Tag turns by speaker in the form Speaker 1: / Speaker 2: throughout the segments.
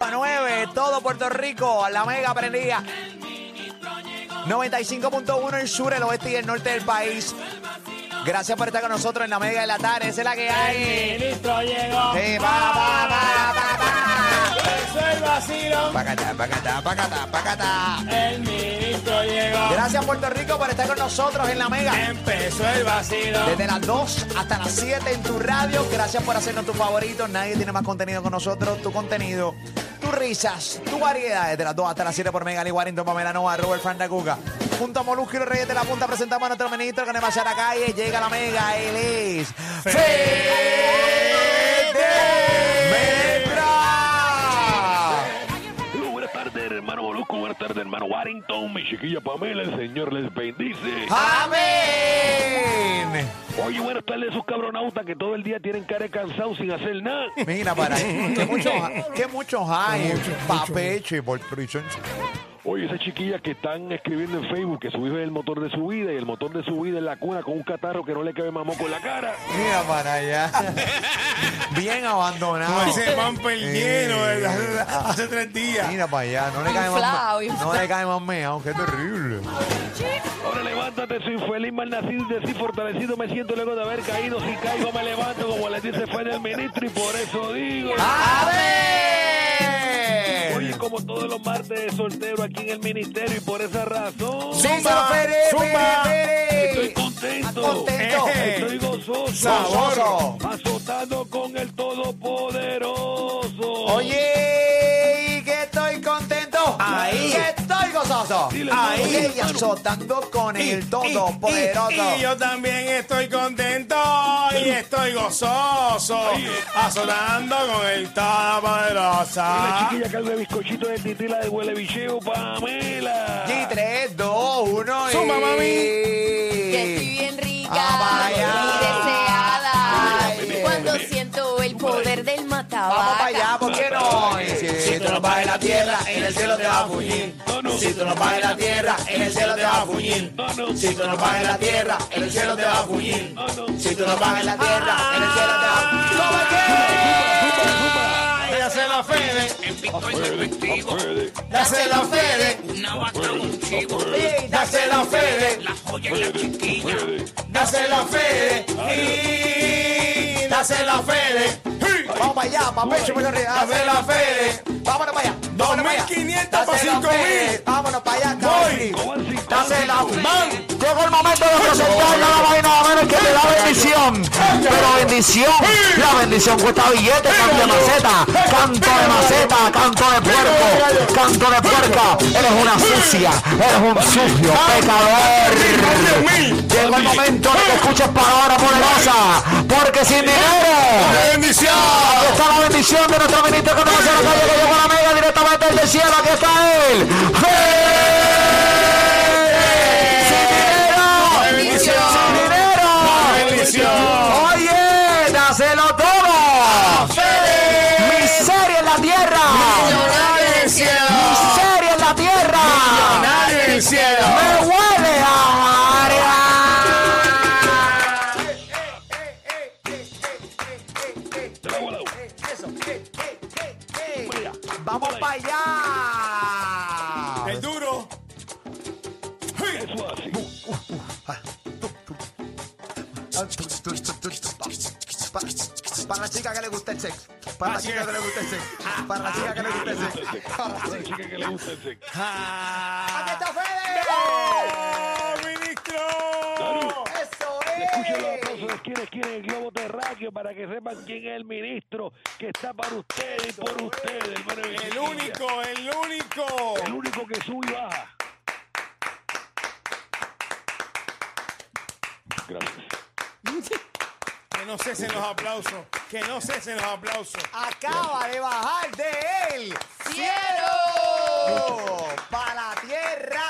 Speaker 1: 9, todo Puerto Rico, la mega prendida. 95.1 el sur, el oeste y el norte del país. Gracias por estar con nosotros en la mega de la tarde. Esa es la que hay.
Speaker 2: ministro llegó.
Speaker 1: Sí, pa, pa, pa, pa, pa.
Speaker 2: Eso el vacilo.
Speaker 1: Pacatá, pacatá, pacatá, pacatá.
Speaker 2: El ministro llegó.
Speaker 1: Gracias Puerto Rico por estar con nosotros en la mega.
Speaker 2: Empezó el vacilo.
Speaker 1: Desde las 2 hasta las 7 en tu radio. Gracias por hacernos tus favoritos. Nadie tiene más contenido con nosotros. Tu contenido, tus risas, tu variedad. Desde las 2 hasta las 7 por Mega Lee Warrington, Pamela Nova, Robert Fandacuca. Junto a Molusco y los Reyes de la Punta presentamos a nuestro ministro que a la calle. Llega la Mega. Él es. Fede Medrano.
Speaker 3: Bueno, buenas tardes, hermano Boluco. Buenas tardes, hermano Warrington. Mi chiquilla Pamela, el Señor les bendice.
Speaker 1: Ah. Amén.
Speaker 3: Oye, buenas tardes a esos cabronautas que todo el día tienen cara de cansado sin hacer nada.
Speaker 1: Mira para ahí. Que muchos que mucho hay. Papecho y por prisión.
Speaker 3: Oye, esas chiquillas que están escribiendo en Facebook que su hijo es el motor de su vida y el motor de su vida es la cuna con un catarro que no le cabe mamón con la cara.
Speaker 1: Mira para allá. Bien abandonado.
Speaker 2: Ese bumper lleno
Speaker 1: Eh.
Speaker 2: ¿verdad? hace tres días.
Speaker 1: Mira para allá, no le cae
Speaker 4: Inflado,
Speaker 1: más.
Speaker 4: inflado.
Speaker 1: No le cae más mea, aunque es terrible.
Speaker 3: Ahora levántate, soy feliz, mal nacido y de sí fortalecido. Me siento luego de haber caído. Si caigo, me levanto, como le dice Fede el ministro, y por eso digo.
Speaker 1: Ah.
Speaker 3: Oye,
Speaker 1: ¡Amén!
Speaker 3: como todos los martes, soltero aquí en el ministerio, y por esa razón.
Speaker 1: ¡Dímelo, Pere,
Speaker 2: zumba.
Speaker 1: Pere,
Speaker 3: Estoy
Speaker 1: Pere!
Speaker 3: contento.
Speaker 1: ¡Contento!
Speaker 2: Eh.
Speaker 3: Estoy gozoso.
Speaker 1: Sabroso.
Speaker 3: Azotando con el Todopoderoso.
Speaker 1: Oye, y que estoy contento.
Speaker 2: Ahí.
Speaker 1: Que estoy gozoso.
Speaker 3: Dile,
Speaker 1: Ahí.
Speaker 3: hermano.
Speaker 1: Y azotando con el
Speaker 2: Y,
Speaker 1: todopoderoso.
Speaker 2: y- y yo también estoy contento y estoy gozoso, azotando con el todopoderoso.
Speaker 3: Y la chiquilla calve bizcochito de titila de huele bicheo, Pamela.
Speaker 1: Y 3, 2, 1 y...
Speaker 2: Zumba, mami.
Speaker 5: Que estoy bien rica
Speaker 1: Ah, vaya.
Speaker 5: y
Speaker 1: Ay,
Speaker 5: deseada.
Speaker 1: bien.
Speaker 5: Cuando siento el poder del matabaca.
Speaker 1: Vamos para allá, ¿por qué no? Y si tú no vas en la tierra, en el cielo te va a
Speaker 2: fuñir.
Speaker 3: No, no.
Speaker 2: Si tú no vas en la tierra, en el cielo te va a fuñir.
Speaker 3: No, no.
Speaker 2: Si tú no vas en la tierra, en el cielo te va a fuñir.
Speaker 3: No, no.
Speaker 2: Si tú no vas en la tierra, en el cielo te va a fuñir. Ay, Ya se la fede,
Speaker 3: Fede,
Speaker 2: ya se la fede, ya se la fede,
Speaker 3: Fede.
Speaker 2: ya se la fede, y ya se la fede. ¡Sí!
Speaker 1: Vamos para allá, para pecho, para arriba.
Speaker 2: Hace la fe.
Speaker 1: Vámonos para allá. vámonos para allá.
Speaker 2: 2500 para
Speaker 1: Hace la
Speaker 2: 5000.
Speaker 1: fe. Vámonos para allá,
Speaker 2: Voy.
Speaker 1: cabrón.
Speaker 3: Coban cinco.
Speaker 1: Hace la
Speaker 2: ¡Man!
Speaker 1: Llegó el momento de presentar nada más y nada menos que te da bendición. Pero bendición, la bendición cuesta billete, canto de maceta, canto de maceta, canto de puerco, canto de puerca. Eres una sucia, eres un sucio pecador. Llegó el momento de que escuches palabras poderosas, porque sin dinero.
Speaker 2: bendición!
Speaker 1: Aquí está la bendición de nuestro ministro que conoce la calle que llegó a la mega directamente desde el cielo. Aquí está él. ¡Fede! ¡Sin dinero!
Speaker 2: ¡Hay bendición!
Speaker 1: ¡Sin dinero!
Speaker 2: ¡Hay bendición!
Speaker 1: ¡Oye! ¡Dáselo todo! ¡Miseria en la tierra!
Speaker 2: ¡Nadie en el cielo!
Speaker 1: ¡Miseria en la tierra!
Speaker 2: ¡Nadie en el cielo!
Speaker 1: ¡Me huele a área!
Speaker 3: Te la hago la-
Speaker 1: ¡Vamos para allá!
Speaker 2: ¡El duro! ¡Sí!
Speaker 3: Eso así.
Speaker 1: Para la chica que le gusta el sexo. Para la chica que le gusta el sexo. Para la chica que le gusta el sexo. Para la
Speaker 3: Una
Speaker 1: chica.
Speaker 3: chica que le gusta el sexo.
Speaker 1: ¡Aquí está
Speaker 2: ¡Oh,
Speaker 1: Fede!
Speaker 2: ministro!
Speaker 1: ¡Eso
Speaker 3: Escuchen los
Speaker 1: es!
Speaker 3: aplausos de quienes quieren el globo terráqueo para que sepan quién es el ministro que está para ustedes y por ustedes, hermano. de
Speaker 2: El
Speaker 3: Virginia.
Speaker 2: único, el único.
Speaker 3: El único que sube y baja. Gracias.
Speaker 2: Que no cesen los aplausos. Que no cesen los aplausos.
Speaker 1: Acaba de bajar de él. ¡Cielo! ¡Para la tierra!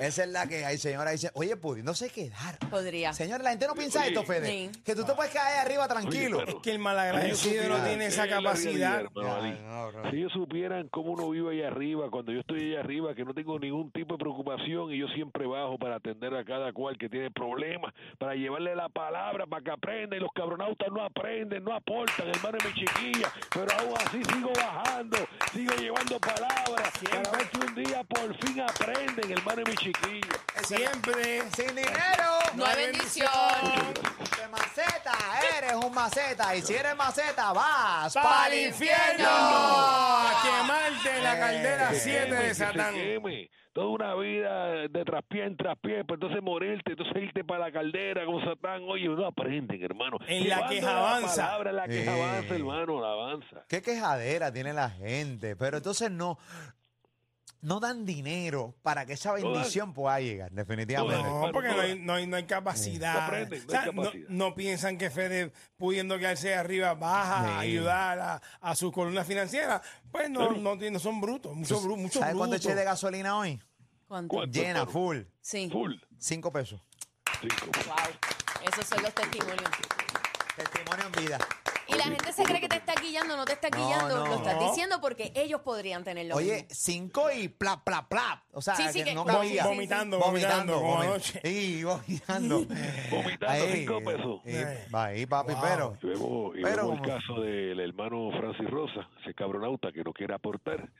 Speaker 1: Esa es la que hay, señora. Dice, oye, pudiéndose quedar.
Speaker 5: Podría.
Speaker 1: Señora, la gente no piensa
Speaker 3: Oye.
Speaker 1: esto, Fede.
Speaker 5: Sí.
Speaker 1: Que tú te puedes caer arriba tranquilo.
Speaker 3: Oye, pero-
Speaker 2: Que el malagradecido no tiene esa
Speaker 3: Es la realidad,
Speaker 2: capacidad.
Speaker 3: hermano Ali. Si ellos supieran cómo uno vive allá arriba, cuando yo estoy allá arriba, que no tengo ningún tipo de preocupación y yo siempre bajo para atender a cada cual que tiene problemas, para llevarle la palabra, para que aprenda y los cabronautas no aprenden, no aportan, hermano de mi chiquilla, pero aún así sigo bajando, sigo llevando palabras, para ver si un día por fin aprenden, hermano de mi chiquilla.
Speaker 2: Siempre.
Speaker 1: Sin dinero.
Speaker 5: No hay bendición.
Speaker 1: De maceta, eres un maceta. Y si eres maceta, vas
Speaker 2: ¡Para
Speaker 1: pa'l
Speaker 2: el infierno! A quemarte la caldera 7
Speaker 3: Que
Speaker 2: de
Speaker 3: se
Speaker 2: Satán.
Speaker 3: queme. Toda una vida de traspié en traspié, pero entonces morirte, entonces irte para la caldera con Satán. Oye, no aprenden, hermano.
Speaker 2: En la que
Speaker 3: Llevando la
Speaker 2: avanza.
Speaker 3: palabra, en la que
Speaker 1: Eh.
Speaker 3: avanza, hermano, la avanza.
Speaker 1: Qué quejadera tiene la gente. Pero entonces no. No dan dinero para que esa bendición pueda llegar, definitivamente.
Speaker 3: Todas.
Speaker 2: No, porque no hay, no hay- no hay capacidad.
Speaker 3: No aprenden, no
Speaker 2: O sea,
Speaker 3: hay capacidad.
Speaker 2: no- no piensan que Fede, pudiendo quedarse arriba, baja a
Speaker 1: Sí.
Speaker 2: ayudar a, a su columna financiera. Pues no, no, tiene- son brutos, muchos bru- muchos
Speaker 1: ¿Sabes cuánto
Speaker 2: brutos.
Speaker 1: eché de gasolina hoy?
Speaker 5: ¿Cuánto?
Speaker 3: ¿Cuánto,
Speaker 1: Llena,
Speaker 3: hermano?
Speaker 1: full.
Speaker 5: Sí.
Speaker 3: Full.
Speaker 1: Cinco pesos.
Speaker 3: Cinco.
Speaker 5: Wow. Esos son los testimonios.
Speaker 1: Testimonio en vida.
Speaker 5: Y la gente se cree que te está guillando, no te está
Speaker 1: No,
Speaker 5: guillando.
Speaker 1: no.
Speaker 5: Lo estás
Speaker 2: No.
Speaker 5: diciendo porque ellos podrían tenerlo.
Speaker 1: Oye, cinco y pla, pla, pla. O sea,
Speaker 5: Sí, sí,
Speaker 1: que
Speaker 5: que-
Speaker 1: no
Speaker 5: Vom-
Speaker 1: cabía.
Speaker 2: vomitando, vomitando, como
Speaker 1: vomit-
Speaker 2: anoche.
Speaker 1: Sí, vomitando.
Speaker 3: Vomitando cinco pesos.
Speaker 1: eh, ahí, papi, pero.
Speaker 3: Y vemos, y
Speaker 1: Pero
Speaker 3: vemos
Speaker 1: como-
Speaker 3: el caso del hermano Francis Rosa, ese cabronauta que no quiere aportar.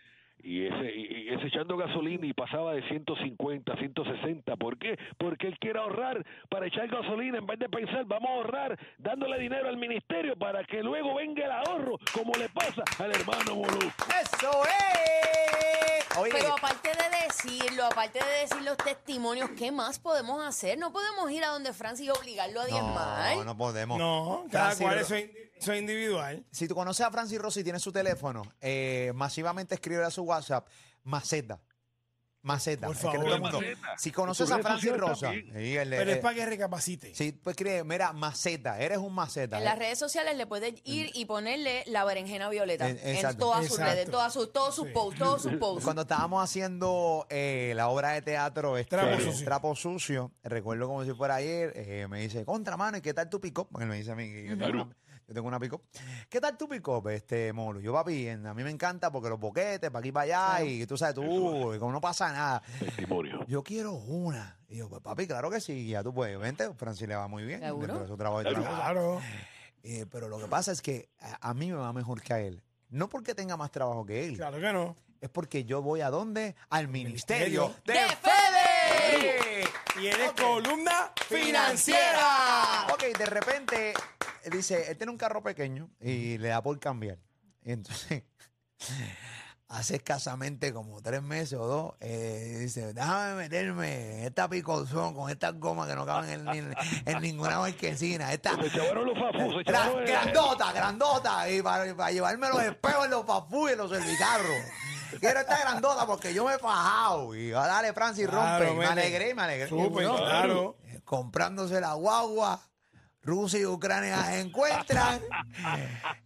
Speaker 3: Y ese, y- y ese echando gasolina y pasaba de 150 a 160. ¿Por qué? Porque él quiere ahorrar para echar gasolina en vez de pensar, vamos a ahorrar dándole dinero al ministerio para que luego venga el ahorro, como le pasa al hermano Bolú.
Speaker 1: ¡Eso es! Oye,
Speaker 5: Pero aparte de decirlo, aparte de decir los testimonios, ¿qué más podemos hacer? No podemos ir a donde Francis y obligarlo a diezmar.
Speaker 1: no, no podemos.
Speaker 2: No, cada
Speaker 1: Francis
Speaker 2: cual
Speaker 1: Ro-
Speaker 2: es su indi- su individual.
Speaker 1: Si tú conoces a Francis Rossi y tienes su teléfono, eh, masivamente escribe a su WhatsApp, maceta. Maceta.
Speaker 2: Por
Speaker 1: Escribe
Speaker 2: favor.
Speaker 1: todo el mundo.
Speaker 3: Maceta.
Speaker 1: Si conoces
Speaker 3: Sus
Speaker 1: a
Speaker 3: redes
Speaker 1: Francis
Speaker 3: sociales
Speaker 1: Rosa,
Speaker 3: también.
Speaker 1: sí, el-
Speaker 2: Pero es
Speaker 1: eh,
Speaker 2: para que recapacite.
Speaker 1: sí, pues escribe, mira, maceta, eres un maceta. eh,
Speaker 5: En las redes sociales le puedes ir y ponerle la berenjena violeta.
Speaker 1: Eh,
Speaker 5: En
Speaker 1: exacto.
Speaker 5: todas sus
Speaker 2: Exacto.
Speaker 5: redes, todas sus, todos sus
Speaker 2: Sí.
Speaker 5: posts, todos sus posts.
Speaker 1: Pues Cuando estábamos haciendo eh, la obra de teatro este,
Speaker 2: Trapo sucio.
Speaker 1: Trapo Sucio, recuerdo como si fuera ayer, eh, me dice, contra mano, ¿y qué tal tu pick-up? Porque Él me dice a mí, que yo tengo una, yo tengo una pick-up. ¿Qué tal tu pick-up, este, Molo? Yo, papi, en- a mí me encanta porque los boquetes, para aquí, para allá, y tú sabes, tú, y como no pasa nada.
Speaker 3: Testimonio.
Speaker 1: Yo quiero una. Y yo, pues, papi, claro que sí, ya tú puedes, vente, Francis le va muy bien.
Speaker 5: ¿Seguro?
Speaker 1: dentro de su trabajo y toda la cosa.
Speaker 2: Claro.
Speaker 1: Eh, pero lo que pasa es que eh, a, a mí me va mejor que a él. No porque tenga más trabajo que él
Speaker 2: Claro que no.
Speaker 1: es porque yo voy a dónde? Al Ministerio
Speaker 2: Ministerio
Speaker 1: de
Speaker 5: de
Speaker 1: Fede.
Speaker 2: Y eres columna
Speaker 1: Financiera. Ok, de repente él dice, él tiene un carro pequeño y le da por cambiar. Y entonces, hace escasamente como tres meses o dos, eh, dice, déjame meterme en esta picozón con estas gomas que no caben en, ni- en ninguna marquesina. Esta,
Speaker 3: Se echaron los fafus, se
Speaker 1: Gran-
Speaker 3: echaron el-
Speaker 1: grandota, grandota. Y para, para llevarme los espejos en los papú y en los servicarros. Quiero esta grandota porque yo me he fajado. Y ah, dale, Francis,
Speaker 2: Claro,
Speaker 1: rompe. Me
Speaker 2: mete.
Speaker 1: alegré, me alegré.
Speaker 2: Súper,
Speaker 1: Seguro.
Speaker 2: claro.
Speaker 1: Eh, Comprándose la guagua. Rusia y Ucrania se encuentran.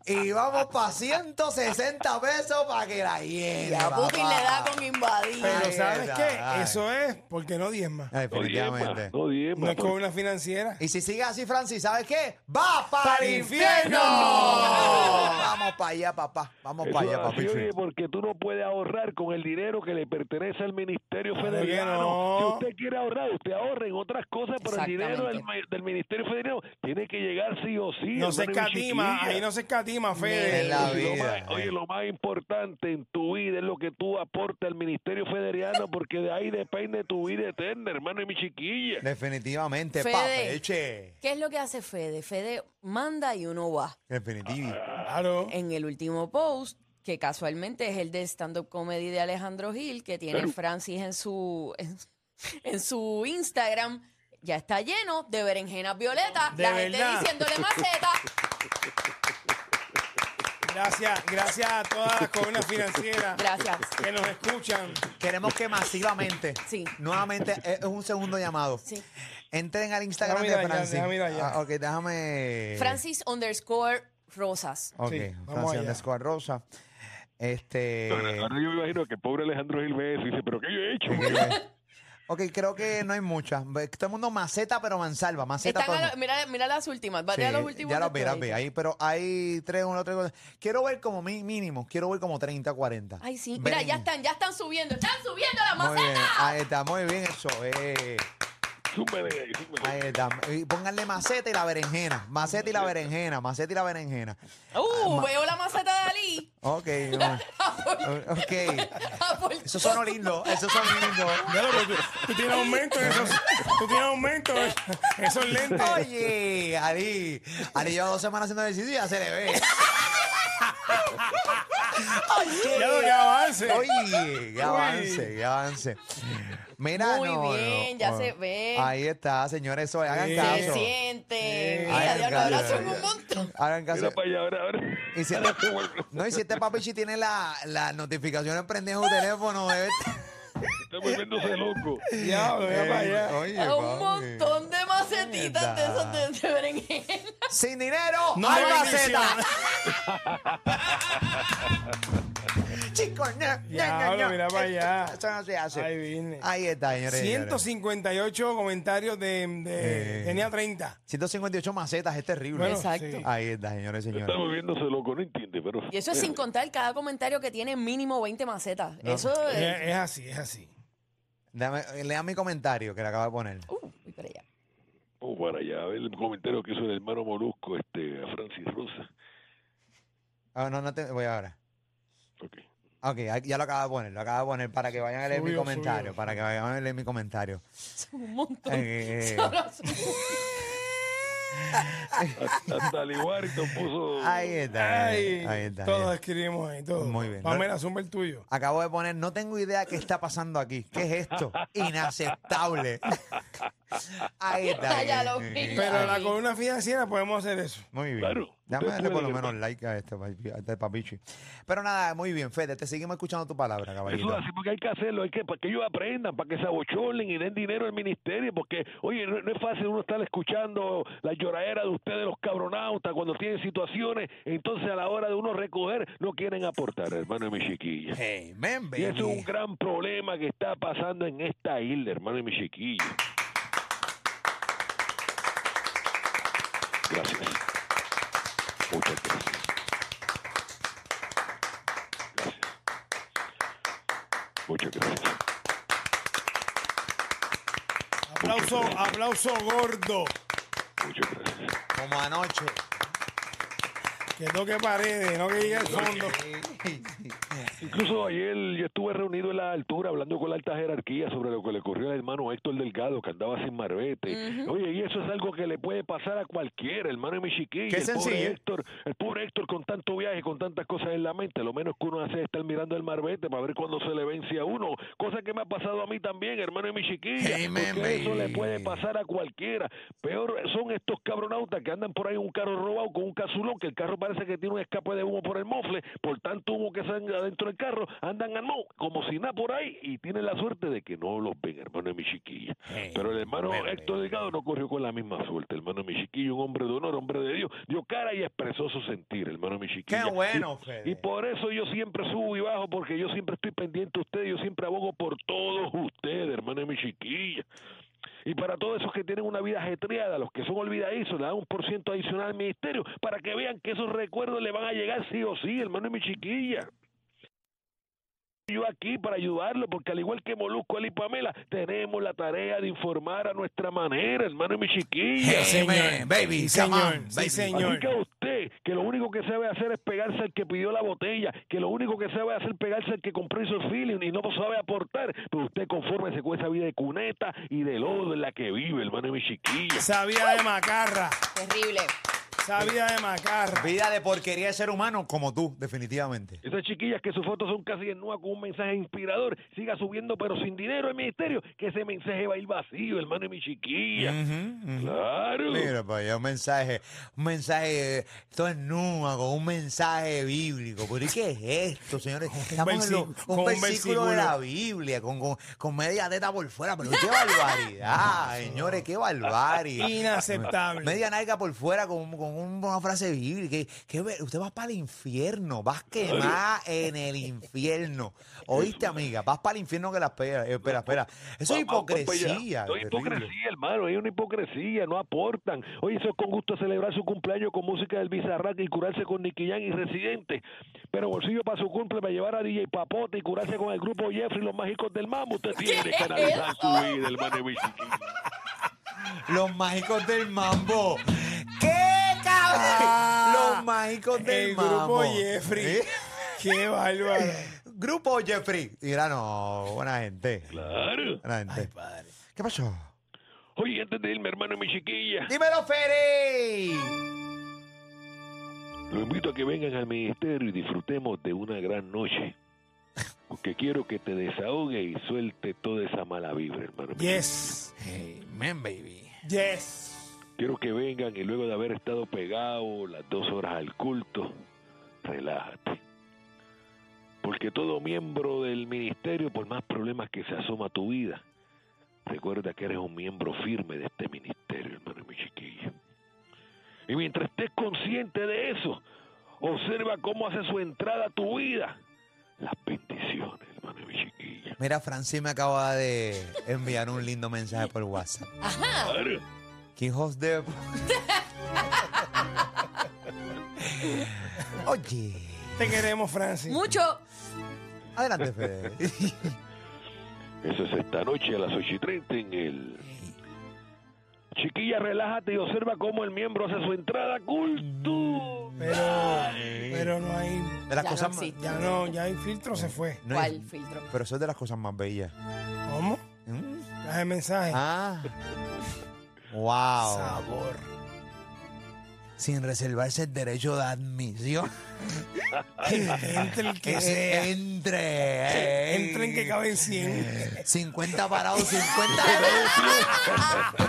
Speaker 1: y vamos para 160 pesos para que la llene.
Speaker 5: Y a Putin
Speaker 1: papá.
Speaker 5: le da con invadir.
Speaker 2: Pero
Speaker 1: Ay,
Speaker 2: ¿sabes
Speaker 1: verdad,
Speaker 2: qué?
Speaker 1: ay.
Speaker 2: Eso es porque no diezma.
Speaker 1: Eh,
Speaker 3: No diezma,
Speaker 1: Definitivamente.
Speaker 3: no diezma,
Speaker 2: No es
Speaker 3: porque-
Speaker 2: columna financiera.
Speaker 1: Y si sigue así, Francis, ¿sabes qué? ¡Va para
Speaker 2: ¡Pa'l
Speaker 1: el infierno!
Speaker 2: infierno!
Speaker 1: Vamos para allá, papá. Vamos
Speaker 3: Eso
Speaker 1: para allá,
Speaker 3: es
Speaker 1: papi.
Speaker 3: así, oye, porque tú no puedes ahorrar con el dinero que le pertenece al Ministerio
Speaker 2: Claro
Speaker 3: Federal.
Speaker 2: que Ah, no.
Speaker 3: Si usted quiere ahorrar, usted ahorra en otras cosas, pero el dinero del,
Speaker 5: Exactamente.
Speaker 3: del Ministerio Federal tiene Tiene que llegar sí o sí.
Speaker 2: No se
Speaker 3: hermano, y
Speaker 2: escatima,
Speaker 3: chiquilla.
Speaker 2: ahí no se escatima,
Speaker 1: En
Speaker 2: Fede.
Speaker 1: la
Speaker 3: Lo más-
Speaker 1: vida.
Speaker 3: oye, lo más importante en tu vida es lo que tú aportas al Ministerio Federal, porque de ahí depende tu vida eterna, hermano y mi chiquilla.
Speaker 1: Definitivamente,
Speaker 5: Fede.
Speaker 1: papeche.
Speaker 5: ¿Qué es lo que hace Fede? Fede manda y uno va.
Speaker 1: Definitivo.
Speaker 2: Claro.
Speaker 5: En el último post, que casualmente es el de stand-up comedy de Alejandro Gil, que tiene Francis en su, en, en su Instagram, ya está lleno de berenjenas violetas.
Speaker 2: De
Speaker 5: la gente
Speaker 2: verdad.
Speaker 5: diciéndole maceta.
Speaker 2: Gracias, gracias a todas las columnas financieras
Speaker 5: Gracias.
Speaker 2: que nos escuchan.
Speaker 1: Queremos que masivamente,
Speaker 5: Sí.
Speaker 1: nuevamente, eh, es un segundo llamado.
Speaker 5: Sí.
Speaker 1: Entren al Instagram
Speaker 2: Déjame
Speaker 1: de
Speaker 2: ir allá,
Speaker 1: Francis.
Speaker 2: déjame ir allá.
Speaker 1: Ah, ok, déjame.
Speaker 5: Francis underscore Rosas.
Speaker 1: Ok,
Speaker 2: Sí, vamos
Speaker 1: Francis
Speaker 2: allá.
Speaker 1: underscore Rosa. Este.
Speaker 3: Ahora yo me imagino que el pobre Alejandro Gil ve eso y dice, pero ¿qué yo he hecho?
Speaker 1: ok, creo que no hay muchas. Ve- Todo el mundo maceta, pero mansalva. Maceta
Speaker 5: Están
Speaker 1: todo
Speaker 5: a
Speaker 1: el
Speaker 5: la-
Speaker 1: mundo.
Speaker 5: mira, mira las últimas,
Speaker 1: Sí,
Speaker 5: vale a los últimos.
Speaker 1: ya las
Speaker 5: de
Speaker 1: vi, las vi.
Speaker 5: Twitter.
Speaker 1: Ahí, pero hay tres, uno, tres. cuatro. Quiero ver como mi- mínimo, quiero ver como 30, 40.
Speaker 5: Ay, sí. Mira,
Speaker 1: Ven.
Speaker 5: ya están, ya están subiendo. ¡Están subiendo las
Speaker 1: Muy bien,
Speaker 5: macetas!
Speaker 1: ahí está, muy bien eso. eh.
Speaker 3: Súmele ahí, súmele.
Speaker 1: Ahí está. Y pónganle maceta y la berenjena. Maceta y la berenjena, maceta y la berenjena.
Speaker 5: Uh, veo la maceta de Ali. Ah,
Speaker 1: Ok, ok. Eso son lindo, eso son lindo.
Speaker 2: Ya lo- tú, tú tienes aumento en esos, tú tienes aumento en esos lentes.
Speaker 1: Oye, Ali, Ali lleva dos semanas haciendo ejercicio y ya se le ve.
Speaker 2: Ya lo que avance.
Speaker 1: Oye, qué avance, qué avance. Mira,
Speaker 5: Muy
Speaker 1: Ah, no,
Speaker 5: bien,
Speaker 1: no,
Speaker 5: ya
Speaker 1: no.
Speaker 5: se ve.
Speaker 1: Ahí está, señores, eso, hagan
Speaker 2: Sí.
Speaker 5: Se
Speaker 1: caso.
Speaker 5: sienten.
Speaker 1: Ay,
Speaker 5: Mira, diablo, ahora
Speaker 1: gracias.
Speaker 5: son un montón.
Speaker 1: Hagan caso.
Speaker 3: Mira para allá, ahora, ahora.
Speaker 1: Y si, no, y si este papichi tiene la- las notificaciones prendidas en su teléfono, debe estar-
Speaker 3: Está volviéndose loco.
Speaker 2: Ya, lo veo para allá.
Speaker 1: Oye,
Speaker 5: Un
Speaker 1: papi.
Speaker 5: montón de macetitas de esas de, de berenjena.
Speaker 1: Sin dinero,
Speaker 2: No
Speaker 1: hay
Speaker 2: hay bendición.
Speaker 1: maceta. Chicos, no, no,
Speaker 2: Diablo,
Speaker 1: no, no.
Speaker 2: mira para allá.
Speaker 1: Eh, Eso no se hace.
Speaker 2: Ahí vine.
Speaker 1: Ahí está, señores. y señores.
Speaker 2: 158 comentarios de, de-
Speaker 1: Eh.
Speaker 2: tenía 30.
Speaker 1: 158 macetas, es terrible.
Speaker 2: Bueno,
Speaker 5: Exacto.
Speaker 2: sí.
Speaker 1: Ahí está, señores y
Speaker 3: Está
Speaker 1: señores.
Speaker 3: volviéndose loco, no entiende, pero...
Speaker 5: Y eso es sin contar cada comentario que tiene mínimo 20 macetas. Eso es.
Speaker 1: Eh,
Speaker 2: Es, es así, es así.
Speaker 1: Dame- lea mi comentario que le acabo de poner.
Speaker 5: Uh, voy para allá.
Speaker 3: Vamos Oh, para allá, a ver el comentario que hizo el hermano Molusco, este, a Francis Rosa.
Speaker 1: Ah, no, no te, voy ahora.
Speaker 3: Ok.
Speaker 1: Ok, ahí- ya lo acabo de poner, lo acabo de poner para que vayan a leer mi
Speaker 2: Subió,
Speaker 1: comentario,
Speaker 2: subió.
Speaker 1: para que vayan a leer mi comentario.
Speaker 5: Son un montón.
Speaker 1: Eh,
Speaker 5: Ahora son-
Speaker 3: Hasta Libarito puso...
Speaker 1: ahí está,
Speaker 2: Ay,
Speaker 1: ahí está.
Speaker 2: todos
Speaker 1: ahí está.
Speaker 2: escribimos ahí, todos.
Speaker 1: Muy bien.
Speaker 2: Pamela, zumba el tuyo.
Speaker 1: Acabo de poner, no tengo idea qué está pasando aquí. ¿Qué es esto? Inaceptable. Ahí está.
Speaker 5: Ya lo vi.
Speaker 2: Pero en
Speaker 5: Ay.
Speaker 2: la columna financiera podemos hacer eso.
Speaker 1: Muy bien.
Speaker 3: Claro,
Speaker 1: Dame
Speaker 3: ustedes
Speaker 1: darle por lo
Speaker 3: pueden,
Speaker 1: menos
Speaker 3: hermano.
Speaker 1: like a este, papi- a este papichi. Pero nada, muy bien, Fede, te seguimos escuchando tu palabra,
Speaker 3: Eso
Speaker 1: caballito.
Speaker 3: es así porque hay que hacerlo, hay que para que ellos aprendan, para que se abocholen y den dinero al ministerio, porque oye, no, no es fácil uno estar escuchando la lloradera de ustedes los cabronautas cuando tienen situaciones, entonces a la hora de uno recoger no quieren aportar, hermano de mi chiquilla.
Speaker 1: Hey, men,
Speaker 3: Y eso es un
Speaker 1: baby.
Speaker 3: gran problema que está pasando en esta isla, hermano de mi chiquilla. Gracias. Muchas gracias. Gracias. Muchas gracias.
Speaker 2: Aplauso, aplauso gordo.
Speaker 3: Muchas gracias.
Speaker 1: Como anoche.
Speaker 2: Que toque paredes, no que llegue al fondo.
Speaker 3: Incluso ayer yo estuve reunido en la altura hablando con la alta jerarquía sobre lo que le ocurrió al hermano Héctor Delgado que andaba sin marbete. Oye, y eso es algo que le puede pasar a cualquiera, hermano de mi chiquilla.
Speaker 1: Qué
Speaker 3: el pobre
Speaker 1: sencillo.
Speaker 3: Héctor, el pobre Héctor con tanto viaje, con tantas cosas en la mente, lo menos que uno hace es estar mirando el marbete para ver cuándo se le vence a uno. Cosa que me ha pasado a mí también, hermano de mi chiquilla.
Speaker 1: Hey, man,
Speaker 3: porque eso le
Speaker 1: baby.
Speaker 3: puede pasar a cualquiera. Peor son estos cabronautas que andan por ahí en un carro robado con un casulón, que el carro parece que tiene un escape de humo por el mofle, por tanto humo que sale adentro del carro, andan al mo, como si nada por ahí, y tienen la suerte de que no los ven, hermano de mi chiquilla. Pero el hermano Héctor Delgado no corrió con la misma suerte, hermano de mi chiquilla, un hombre de honor, hombre de Dios, dio cara y expresó su sentir, hermano de mi chiquilla.
Speaker 1: Qué bueno,
Speaker 3: Y-
Speaker 1: Fede.
Speaker 3: y por eso yo siempre subo y bajo, porque yo siempre estoy pendiente de ustedes, yo siempre abogo por todos ustedes, hermano de mi chiquilla. Y para todos esos que tienen una vida ajetreada, los que son olvidadizos, le dan un por ciento adicional al ministerio para que vean que esos recuerdos le van a llegar sí o sí, hermano de mi chiquilla. Yo yo aquí para ayudarlo, porque al igual que Molusco, él y Pamela, tenemos la tarea de informar a nuestra manera, hermano y mi chiquilla.
Speaker 1: Yes, man, baby,
Speaker 2: Sí,
Speaker 1: come
Speaker 2: señor.
Speaker 1: on,
Speaker 2: Sí,
Speaker 1: baby.
Speaker 2: señor.
Speaker 3: Así que a usted, que lo único que sabe hacer es pegarse al que pidió la botella, que lo único que sabe hacer es pegarse al que compró hizo el feeling y no sabe aportar, pero usted confórmese con esa vida de cuneta y de lodo en la que vive, hermano de mi chiquilla.
Speaker 2: Sabía de macarra.
Speaker 5: Terrible.
Speaker 2: Sabía de macarra.
Speaker 1: Vida de porquería de ser humano como tú, definitivamente.
Speaker 3: Esas chiquillas que sus fotos son casi desnudas con un mensaje inspirador, siga subiendo pero sin dinero el ministerio, que ese mensaje va a ir vacío, hermano de mi chiquilla. Claro.
Speaker 1: Mira, para allá, un mensaje, un mensaje, eh, esto es con un mensaje bíblico. ¿Pero ¿y qué es esto, señores? Estamos en lo-
Speaker 2: versi-
Speaker 1: un,
Speaker 2: con un
Speaker 1: versículo de la
Speaker 2: versículo.
Speaker 1: Biblia, con, con, con media teta por fuera, pero qué barbaridad, señores, qué barbaridad.
Speaker 2: Inaceptable.
Speaker 1: Media nalga por fuera con, con una frase bíblica. ¿Qué- qué ver- usted va para el infierno, vas quemada en el infierno. ¿Oíste, amiga? Vas para el infierno que la espera. Eh, espera, espera. Eso es
Speaker 3: Vamos, vamos para allá.
Speaker 1: hipocresía.
Speaker 3: No,
Speaker 1: terrible.
Speaker 3: hipocresía, hermano. Hay una hipocresía, no aportan. Oye, eso es con gusto celebrar su cumpleaños con música del Bizarrack y curarse con Nicky Jam y Residente. Pero bolsillo para su cumple, para llevar a DJ Papote y curarse con el grupo Jeffrey, los mágicos del mambo. Usted tiene que analizar su vida, hermano. y mi chiquilla.
Speaker 1: Los mágicos del mambo. ¿Qué cabrón?
Speaker 2: Ah,
Speaker 1: Los mágicos del
Speaker 2: El
Speaker 1: mambo.
Speaker 2: grupo Jeffrey.
Speaker 1: ¿Eh?
Speaker 2: Qué bárbaro.
Speaker 1: Grupo Jeffrey. Mira, no, buena gente.
Speaker 3: Claro.
Speaker 1: Buena gente. ¿Qué pasó?
Speaker 3: Oye, antes de irme, hermano, y mi chiquilla.
Speaker 1: Dímelo, Feri.
Speaker 3: Lo invito a que vengan al ministerio y disfrutemos de una gran noche. Porque quiero que te desahogue y suelte toda esa mala vibra, hermano.
Speaker 2: Yes.
Speaker 1: Hey, man, baby.
Speaker 2: Yes.
Speaker 3: Quiero que vengan y luego de haber estado pegado las dos horas al culto, relájate. Porque todo miembro del ministerio, por más problemas que se asoma a tu vida, recuerda que eres un miembro firme de este ministerio, hermano y mi chiquillo. Y mientras estés consciente de eso, observa cómo hace su entrada a tu vida las bendiciones, hermano y mi chiquilla.
Speaker 1: Mira, Francis me acaba de enviar un lindo mensaje por WhatsApp.
Speaker 3: Claro.
Speaker 1: ¿Qué hijos de... Oye,
Speaker 2: Te queremos, Francis.
Speaker 5: Mucho.
Speaker 1: adelante, Fede.
Speaker 3: Eso es esta noche a las 8 y 30 en el. Chiquilla, relájate y observa cómo el miembro hace su entrada a culto.
Speaker 2: Pero, pero no hay.
Speaker 1: De las
Speaker 5: Ya no
Speaker 1: cosas más...
Speaker 5: existe.
Speaker 2: Ya no, ya el filtro se fue.
Speaker 1: no hay-
Speaker 5: ¿Cuál filtro?
Speaker 1: Pero eso es de las cosas más bellas.
Speaker 2: ¿Cómo?
Speaker 1: Mm.
Speaker 2: Traje mensaje.
Speaker 1: Ah. Wow.
Speaker 2: Sabor.
Speaker 1: Sin reservarse el derecho de admisión.
Speaker 2: Entre el que
Speaker 1: Eh,
Speaker 2: sea.
Speaker 1: Entre. eh,
Speaker 2: Entren que caben 100.
Speaker 1: 50 parados, 50 de pie.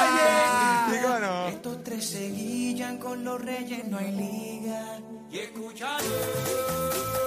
Speaker 1: Oye, digo no.
Speaker 6: Estos tres se guillan con los reyes, no hay liga. Y escuchalo.